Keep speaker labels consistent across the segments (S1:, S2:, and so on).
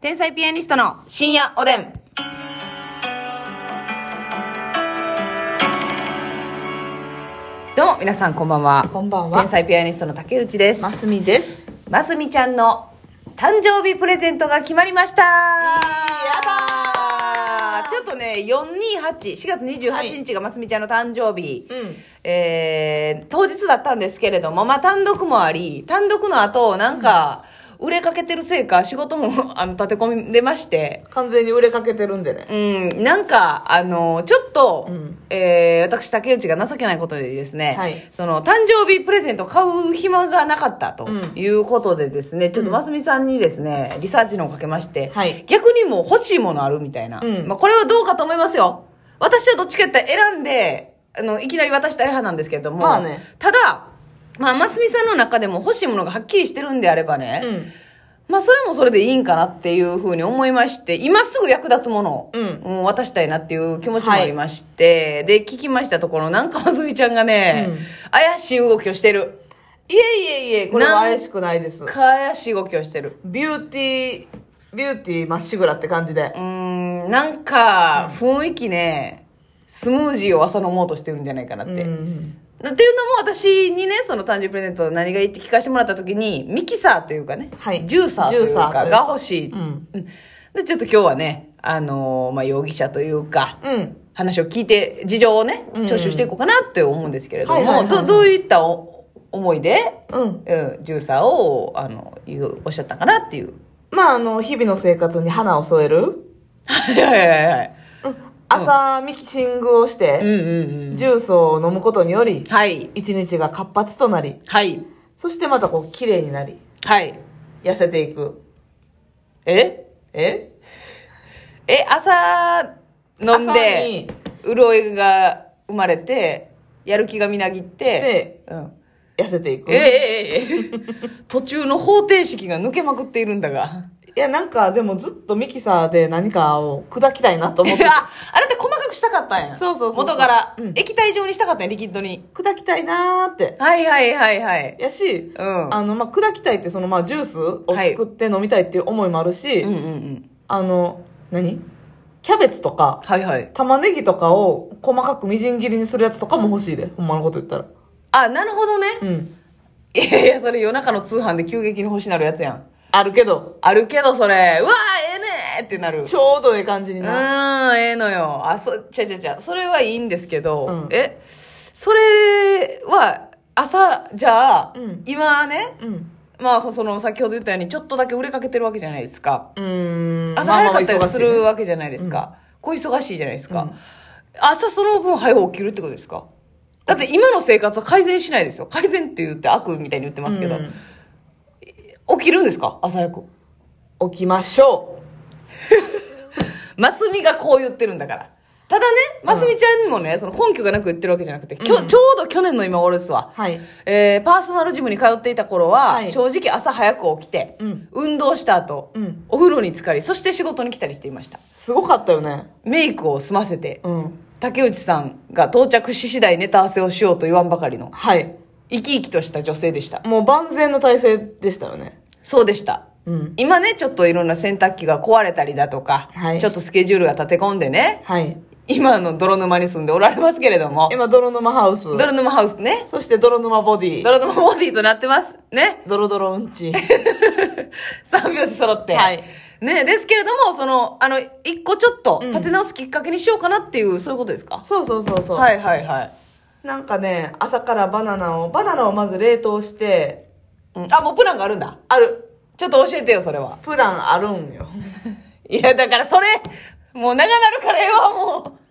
S1: 天才ピアニストの深夜おでん。どうも皆さんこんばんは。
S2: こんばんは
S1: 天才ピアニストの竹内です。
S2: ますみです。
S1: ますみちゃんの誕生日プレゼントが決まりました
S2: やだー
S1: ちょっとね428 4月28日がますみちゃんの誕生日、
S2: うん
S1: えー当日だったんですけれどもまあ単独もあり単独の後なんか売れかけてるせいか仕事も あの立て込んでまして
S2: 完全に売れかけてるんでね。
S1: うん、なんか、あの、ちょっと、
S2: うん
S1: えー私、竹内が情けないことでですね、
S2: はい
S1: その、誕生日プレゼント買う暇がなかったと
S2: うん
S1: いうことでですね、ちょっとますみさんにですね、リサーチのをかけまして、
S2: はい
S1: 逆にもう欲しいものあるみたいな。
S2: うん
S1: まあ、これはどうかと思いますよ。私はどっちかって選んで、あの、いきなり渡したい派なんですけれども、
S2: まあね
S1: ただ、まあ、ますみさんの中でも欲しいものがはっきりしてるんであればね、
S2: うん。
S1: まあ、それもそれでいいんかなっていうふうに思いまして、今すぐ役立つものを、
S2: うん
S1: もう渡したいなっていう気持ちもありまして、で、聞きましたところ、なんかまずみちゃんがね、
S2: うん
S1: 怪しい動きをしてる。
S2: いえいえいえ、これは怪しくないです。
S1: 怪しい動きをしてる。
S2: ビューティー、ビューティーまっしぐらって感じで
S1: う。ーん、なんか、雰囲気ね、スムージーを朝飲もうとしてるんじゃないかなっ
S2: う
S1: て。
S2: ん。
S1: なっていうのも私にね、その誕生日プレゼント何がいいって聞かせてもらった時に、ミキサーというかね、
S2: はい
S1: ジューサーというかが欲しい。
S2: うん。
S1: うんで、ちょっと今日はね、あのーまあ、容疑者というか、
S2: うん。
S1: 話を聞いて、事情をね、
S2: うん
S1: 聴取していこうかなって思うんですけれど
S2: はいはいはい
S1: も、
S2: はい
S1: どどういったお思いで、
S2: うん。
S1: うん、ジューサーを、あの、言う、おっしゃったかなっていう。
S2: まあ、あの、日々の生活に花を添える。
S1: はいはいはいはい。
S2: うん。朝、ミキシングをし
S1: うん
S2: て、
S1: うんうん。
S2: ジュースを飲むことにより、
S1: はい。
S2: 一日が活発となり、
S1: はい。
S2: そしてまたこう、綺麗になり、
S1: はい。
S2: 痩せていく。
S1: え
S2: え
S1: え、朝、飲ん
S2: 朝
S1: で、
S2: に
S1: 潤いが生まれて、やる気がみなぎって、
S2: で、
S1: うん。
S2: 痩せていく。
S1: えええええ え途中の方程式が抜けまくっているんだが。
S2: いや、なんか、でもずっとミキサーで何かを砕きたいなと
S1: い
S2: 思 って
S1: や、、あれって細かくしたかったんや。
S2: そうそうそうそう
S1: 元から、
S2: うん
S1: 液体状にしたかったんや、リキッドに。
S2: 砕きたいなーって。
S1: はいはいはいはい。
S2: やし、
S1: うん
S2: あの、まあ、砕きたいって、その、まあ、ジュースを
S1: はい
S2: 作って飲みたいっていう思いもあるし、
S1: うんうんうん。
S2: あの、何キャベツとか、
S1: はいはい。
S2: 玉ねぎとかを細かくみじん切りにするやつとかも欲しいで、ほんまのこと言ったら。
S1: あ、なるほどね。
S2: うん。
S1: いやいや、それ夜中の通販で急激に欲しなるやつやん。
S2: あるけど、
S1: あるけどそれ、うわーええねーってなる。う
S2: ちょうどええ感じに
S1: ー
S2: な。
S1: ん、ええのよ。あ、そ、ちゃちゃちゃ、それはいいんですけど、
S2: うん
S1: え、それは、朝、じゃあ、
S2: うん
S1: 今ね、
S2: うん。
S1: まあ、その、先ほど言ったように、ちょっとだけ売れかけてるわけじゃないですか。
S2: うーん。
S1: 朝早かった
S2: まあま
S1: り
S2: あ忙しい
S1: す
S2: ね
S1: るわけじゃないですか。こう忙しいじゃないですか。
S2: うん
S1: 朝その分早く起きるってことですかだって今の生活は改善しないですよ。改善って言って悪みたいに言ってますけど。
S2: うん
S1: 起きるんですか朝早く。
S2: 起きましょう。
S1: マスミがこう言ってるんだから。ただね、マスミちゃんにもね、その根拠がなく言ってるわけじゃなくて、きょ
S2: うん
S1: ちょうど去年の今頃ですわ。
S2: はい。
S1: えー、パーソナルジムに通っていた頃は、
S2: はい
S1: 正直朝早く起きて、
S2: うん
S1: 運動した後、
S2: うん
S1: お風呂に浸かり、そして仕事に来たりしていました。
S2: すごかったよね。
S1: メイクを済ませて、
S2: うん。
S1: 竹内さんが到着し次第ネタ合わせをしようと言わんばかりの
S2: はい。
S1: 生き生きとした女性でした
S2: もう万全の体制でしたよね。
S1: そうでした
S2: うん。
S1: 今ねちょっといろんな洗濯機が壊れたりだとか、
S2: はい
S1: ちょっとスケジュールが立て込んでね
S2: はい。
S1: 今の泥沼に住んでおられますけれども
S2: 今、泥沼ハウス。
S1: 泥沼ハウスね
S2: そして、泥沼ボディ。
S1: 泥沼ボディとなってますね
S2: ドロドロうん ち。
S1: 三拍子揃って
S2: はい
S1: ねですけれどもそのあの一個ちょっと
S2: うん
S1: 立て直すきっかけにしようかなっていう、そういうことですか
S2: そうそうそうそう。
S1: はいはいはい、
S2: なんかね、朝からバナナを、バナナをまず冷凍して、
S1: うん、あもうプランがあるんだ
S2: ある、
S1: ちょっと教えてよそれは
S2: プランあるんよ。
S1: いや、だからそれ、もう長なるからええわ、もう。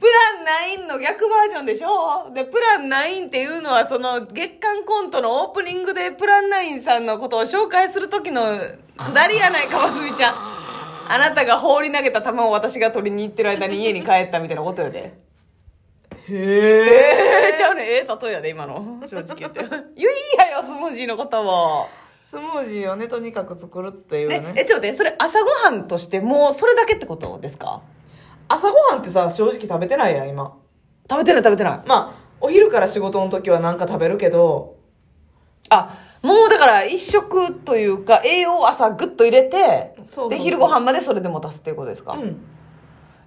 S1: プランナインの逆バージョンでしょで、プランナインっていうのは、その、月刊コントのオープニングで、プランナインさんのことを紹介する時の、ダリやないか、ますみちゃん。あなたが放り投げた球を私が取りに行ってる間に家に帰ったみたいなことよで。
S2: へ
S1: え
S2: え。
S1: ー、ちゃうね。ええ例えやで、今の。正直言って。 ゆいやよ、スムージーのことを。
S2: スムージーをね、とにかく作るっていう
S1: で
S2: ね。
S1: え、ちょっと待って、それ朝ごはんとして、もうそれだけってことですか
S2: 朝ごはんってさ、正直食べてないやん、今。
S1: 食べてない食べてない。
S2: まあ、お昼から仕事の時はなんか食べるけど、
S1: あ、もうだから一食というか栄養を朝グッと入れて
S2: そうそうそう
S1: で昼ご飯までそれでも足すっていうことですか、
S2: うん。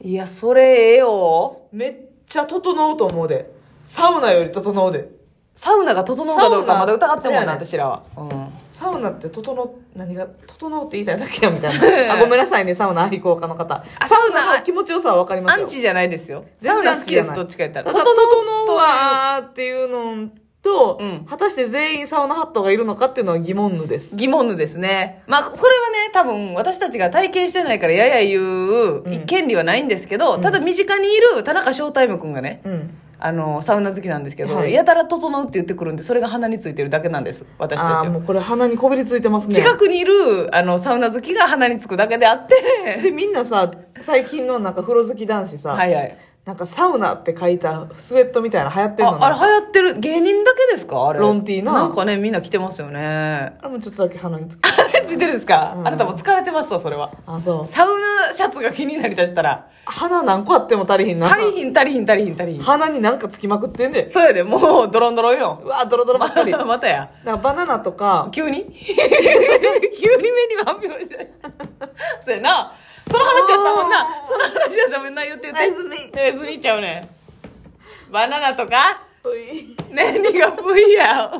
S1: いやそれええよ
S2: めっちゃ整うと思うで。サウナより整うで。
S1: サウナが整うかどうか
S2: サウナ
S1: まだ疑ってんもんな、
S2: そうやね
S1: 私らは、うん
S2: サウナって整う、何が、整うって言いたいだけやみたい な。あ、ごめんなさいね、サウナ愛好家の方。
S1: あ
S2: サ
S1: サ
S2: ウ
S1: ウ
S2: ナ
S1: ナ
S2: の気持ちよさはわかりま
S1: ア
S2: すよ。
S1: ンチじゃないですよサ
S2: 全
S1: ウ
S2: 然
S1: ナ好きです
S2: 好きじゃない
S1: どっちかやった
S2: た
S1: ら
S2: だ整うわーっていうのと、
S1: うん
S2: 果たして全員サウナハットがいるのかっていうのは疑問のです。
S1: 疑問のですね。まあ、それはね、多分私たちが体験してないからやや言
S2: うん
S1: う権利はないんですけど、
S2: うん
S1: ただ身近にいる田中翔太夢くんがね、
S2: うん。
S1: あの、サウナ好きなんですけど、
S2: はい
S1: やたら整うって言ってくるんで、それが鼻についてるだけなんです、私
S2: あ
S1: た
S2: あ
S1: ち
S2: ー、も
S1: は。
S2: うこれ鼻にこびりついてますね。
S1: 近くにいる、あの、サウナ好きが鼻につくだけであって、
S2: で、みんなさ、最近のなんか風呂好き男子さ、
S1: はいはい。
S2: なんかサウナって書いたスウェットみたいなの流行ってるの
S1: あ、
S2: ね
S1: あれ流行ってる、芸人だけですかあれ。
S2: ロンティーな
S1: なんかね、みんな着てますよね。
S2: あれもちょっとだけ鼻につく。
S1: ついてるんですか、
S2: うん
S1: あなたも疲れてますわ、それは。
S2: あ、そう。
S1: サウナシャツが気になりだしたら、
S2: 鼻何個あっても足りひんな。
S1: 足りひん足りひん足りひん足りひん。
S2: 鼻になんかつきまくってんで。
S1: そうやで、もうドロンドロンよ。
S2: うわ、ドロドロばっかり。だか
S1: またや。
S2: らバナナとか、
S1: 急 に急にメニュー発表して。 そうやな。その話やったもんな
S2: お。ー
S1: その話やったもんな、言ってて。
S2: ナイスミ
S1: ナイスミちゃうねん。バナナとか
S2: ぷい
S1: 何がプイや。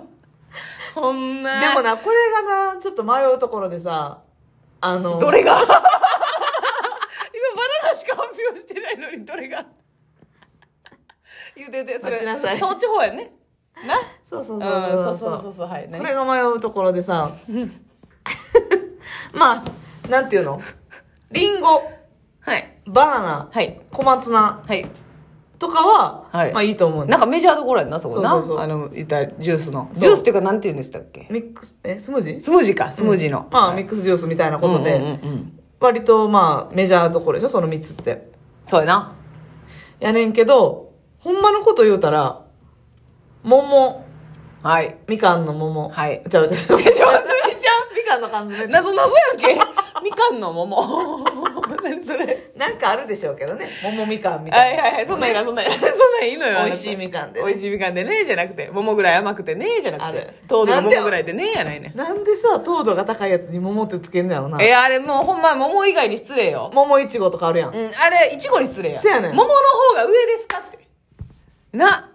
S1: ほんま。
S2: でもな、これがな、ちょっと迷うところでさ、あの、
S1: どれが今バナナしか発表してないのに、どれが言うてて、それ。
S2: 待ちなさい
S1: そっち方やね。な、
S2: そうそううんそ
S1: そうう
S2: そ
S1: そうう
S2: そ
S1: そうう。そう、はい。
S2: これが迷うところでさ、 まあ、なんていうのリンゴ、
S1: はい。
S2: バナナ、
S1: はい。
S2: 小松菜
S1: はい。
S2: とかは、
S1: はい
S2: まあいいと思うね
S1: なんかメジャーどころやんな、そこな。
S2: そうそうそう
S1: あの、いったらジュースの。
S2: そう
S1: ジュースっていうか、なんて言うんでしたっけ
S2: ミックス、え、スムージー
S1: スムージーか、スムージーの。
S2: まあ、ミックスジュースみたいなことで、
S1: うんうんうんうん
S2: 割とまあ、メジャーどころでしょその3つって。
S1: そうやな。
S2: やねんけど、ほんまのこと言うたら、桃、
S1: はい。
S2: みかんの桃。
S1: はい
S2: ちゃうちゃ うちゃう。
S1: でしょ、すみちゃ
S2: みかんの缶詰
S1: ん。なぞなぞやんけ。みかんの桃。 何それ。
S2: なんかあるでしょうけどね。桃みかんみ
S1: は
S2: たい
S1: い
S2: な。
S1: はいはい。そんなんいらん、そんなんいらん。そ んなんいいのよ。
S2: 美味しいみかんで
S1: 美味しいみかんでね、じゃなくて。桃ぐらい甘くてね、じゃなく
S2: ある
S1: て。糖度が桃ぐらいでね、やないねん。
S2: なんでさ、糖度が高いやつに桃ってつけんのやろな。
S1: え、あれもうほんま桃以外に失礼よ。
S2: 桃いちごとかあるやん。
S1: うん、あれ、いちごに失礼や。
S2: せやねん
S1: 桃の方が上ですかって。な。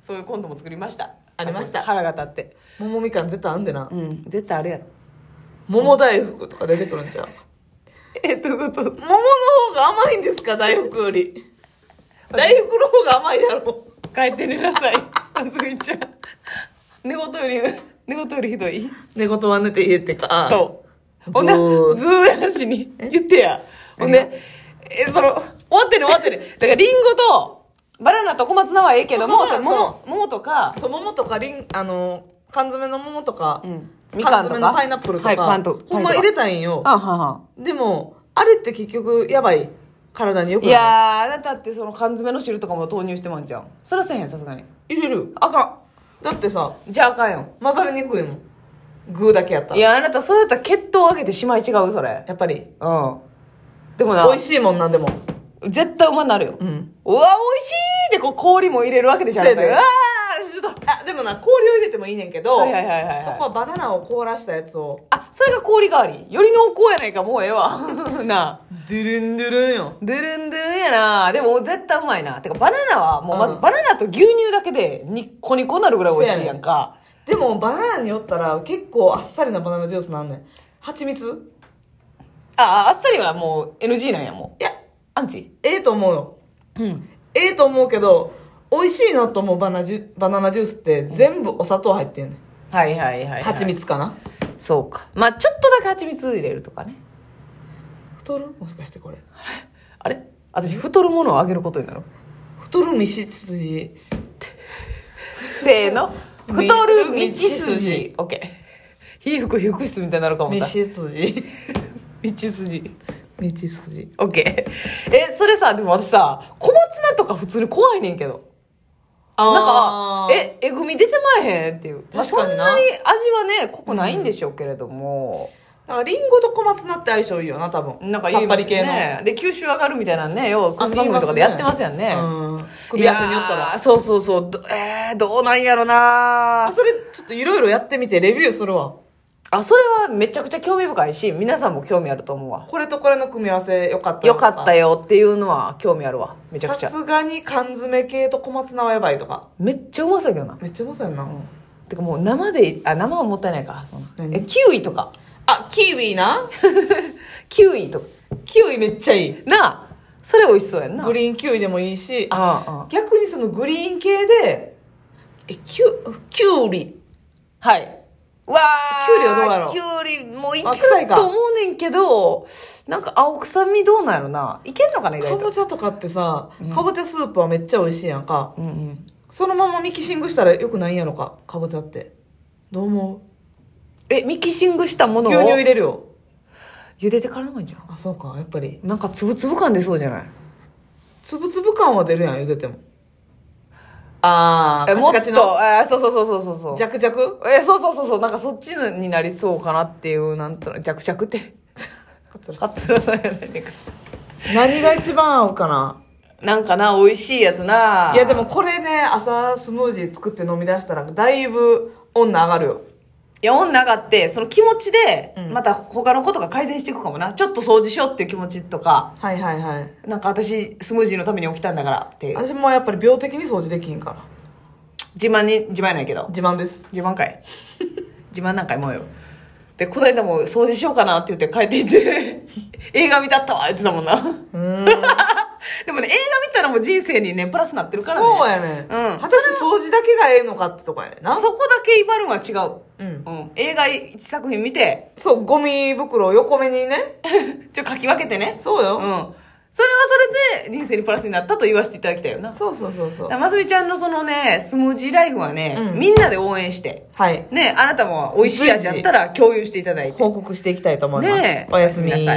S1: そういうコントも作りました。
S2: ありました
S1: 腹が立って。
S2: 桃みかん絶対あんでな
S1: う。ん、絶対あ れや。
S2: 桃大福とか出てくるんちゃう
S1: え、どういうこと
S2: 桃の方が甘いんですか大福より。大福の方が甘いやろ。
S1: 帰って寝なさい。あすみちゃん。寝言より、寝言よりひどい。
S2: 寝言は寝て家ってか。
S1: そう。ほん
S2: ブー
S1: で、ずーやらしに言ってや。ほんで、え、その、終わってね終わってね。だから、リンゴと、バナナと小松菜はええけども、
S2: そ
S1: そう
S2: そう
S1: う
S2: そう
S1: 桃、桃とか、
S2: そう、桃とかりん、あの、缶詰の桃とか、
S1: うんみかんとか
S2: 缶詰のパイナップルとか、
S1: はいパンと
S2: ほんま
S1: パイとか
S2: 入れたいんよ。
S1: あはんはん。
S2: でも、あれって結局、やばい。体によくない
S1: いやー、あなたってその缶詰の汁とかも投入してまんじゃん。それはせえへん、さすがに。
S2: 入れる。
S1: あか
S2: だってさ、
S1: ん。じゃああかんよ。
S2: 混ざりにくいもん。具だけやった
S1: い
S2: ら。
S1: や、あなた、そうやったら血糖上げてしまい違う、それ。
S2: やっぱり。
S1: うん。でもな、
S2: 美味しいもんなんでも。
S1: 絶対うまになるよ。
S2: うん。
S1: うわ、美味しいで、こう、氷も入れるわけでしょ、あ
S2: せや
S1: な
S2: で
S1: た。うわー、ちょっと。
S2: あ、でもな、氷を入れてもいいねんけど、
S1: はいはいはいはいはい
S2: そこはバナナを凍らしたやつを、
S1: あ、それが氷代わり。より濃厚やないか、もうええわ。 なあ。
S2: ドゥルンドゥルンよ。
S1: ドゥルンドゥルンやな。でも、絶対うまいな。てか、バナナは、もうまず、
S2: うん
S1: バナナと牛乳だけで、ニッコニコになるぐらい美味しいやんか。
S2: でも、バナナによったら、結構あっさりなバナナジュースなんねん。蜂蜜
S1: あ、ああっさりはもう NG なんや、も
S2: いや、
S1: う。アンチ
S2: ええと思うよ。
S1: うん。
S2: ええと思うけど、美味しいなと思うバナナジュバナナジュースって全部お砂糖入ってんねん。
S1: はいはいはい、はい。
S2: 蜂。蜜かな
S1: そうか。まあちょっとだけ蜂蜜入れるとかね。
S2: 太るもしかしてこれ。
S1: あれ私、太るものをあげることになる。
S2: 太る道筋。
S1: せー の。
S2: み
S1: 太る道筋。オッケー。 皮膚、皮膚質みたいになるかも
S2: 道
S1: な。道
S2: 筋。
S1: 筋。
S2: 道筋。
S1: オッケー。え、それさ、でも私さ、小松菜とか普通に怖いねんけど。
S2: あ
S1: なんか、
S2: ー、
S1: え、えぐみ出てまえへんっていう。まあ、
S2: 確か
S1: そ
S2: に
S1: ん
S2: な
S1: なに味はね、濃くないんでしょうけれども。
S2: からリンゴと小松菜って相性いいよな多分
S1: なんか言いますよ
S2: さっぱり
S1: ね。で、九州上がるみたいなね、よう、クイズ番組とかでやってますやんね。
S2: 系の、うん、組み合わせによった
S1: いやー
S2: ら
S1: そうそうそう。どえー、どうなんやろな
S2: あそれちょっといろいろやってみてレビューするわ
S1: あ、それはめちゃくちゃ興味深いし、皆さんも興味あると思うわ。
S2: これとこれの組み合わせよかった
S1: よかった
S2: よ
S1: よっていうのは興味あるわ。めちゃ
S2: さ
S1: くちゃ。
S2: すがに缶詰系と小松菜はやばいとか
S1: めっちゃうまそうやけどな。
S2: めっちゃうまそうやな、
S1: てかもう生で、あ、生はもったいないか。そんな
S2: 何
S1: え、キウイとか。
S2: あキウイな
S1: キウイとか。
S2: キウイめっちゃいい
S1: なあ、それ美味しそうやんな。
S2: グ
S1: ーン。
S2: リーンキウイでもいいしあ
S1: ああああ
S2: 逆にそのグリーン系でえキュキュウリ
S1: はい。わあ。
S2: きゅうりはどうやろ
S1: きゅうりもいけ
S2: あ臭い
S1: る
S2: か
S1: と思うねんけど、なんか青臭みどうなんやろな。いけんのかな、意
S2: か
S1: 外
S2: ぼ
S1: と。
S2: ちゃとかってさ、かぼちゃスープはめっちゃ美味しいやんか
S1: うんうん。
S2: そのままミキシングしたらよくないんやろかかぼちゃってどう思
S1: え、ミキシングしたも
S2: う
S1: のを
S2: 牛乳入れるよ
S1: 茹でてからなんじゃん。
S2: あそうかやっぱり
S1: なんかつぶつぶ感出そうじゃない
S2: つぶつぶ感は出るやん茹でてもあ
S1: え
S2: ー
S1: もっ
S2: カ
S1: と、
S2: チカチの
S1: えそうそうそうそうそうそう。
S2: ジャクジャク
S1: えそうそうそうそうなんかそっちのになりそうかなっていうなんとなく弱々って 桂さんやないねんか
S2: 何が一番合うかな
S1: なんかな美味しいやつない
S2: やでもこれね朝スムージー作って飲み出したらだいぶ女上がるよ
S1: いや女がってその気持ちで
S2: うん
S1: また他のことが改善していくかもな、ちょっと掃除しようっていう気持ちとか
S2: はいはいはい
S1: なんか私スムージーのために起きたんだからっていう
S2: 私もやっぱり病的に掃除できひんから
S1: 自慢に自慢やないけど
S2: 自慢です
S1: 自慢かい 自慢なんかいもうよでこの間も掃除しようかなって言って帰っていって 映画見たったわ言ってたもんな
S2: うーん
S1: でもね映画見たらもう人生にねプラスなってるからね
S2: そうやね、
S1: うん
S2: 果たして掃除だけがええのかってとこやねんな
S1: そこだけ威張るんは違う。
S2: うん
S1: うん。映画一作品見て、
S2: そうゴミ袋を横目にね
S1: ちょ、書き分けてね。
S2: そ
S1: う
S2: う
S1: ん。それ
S2: よ、
S1: はそれで人生にプラスになったと言わせていただきたいよな。だか
S2: そうそうそうそう
S1: らますみちゃんのそのね、スムージーライフはね、
S2: うん
S1: みんなで応援して、
S2: はい
S1: ね、あなたも美味しい味だったら共有していただいて。
S2: 報告していきたいと思います、
S1: ねえ
S2: おやすみ
S1: おやすみなさい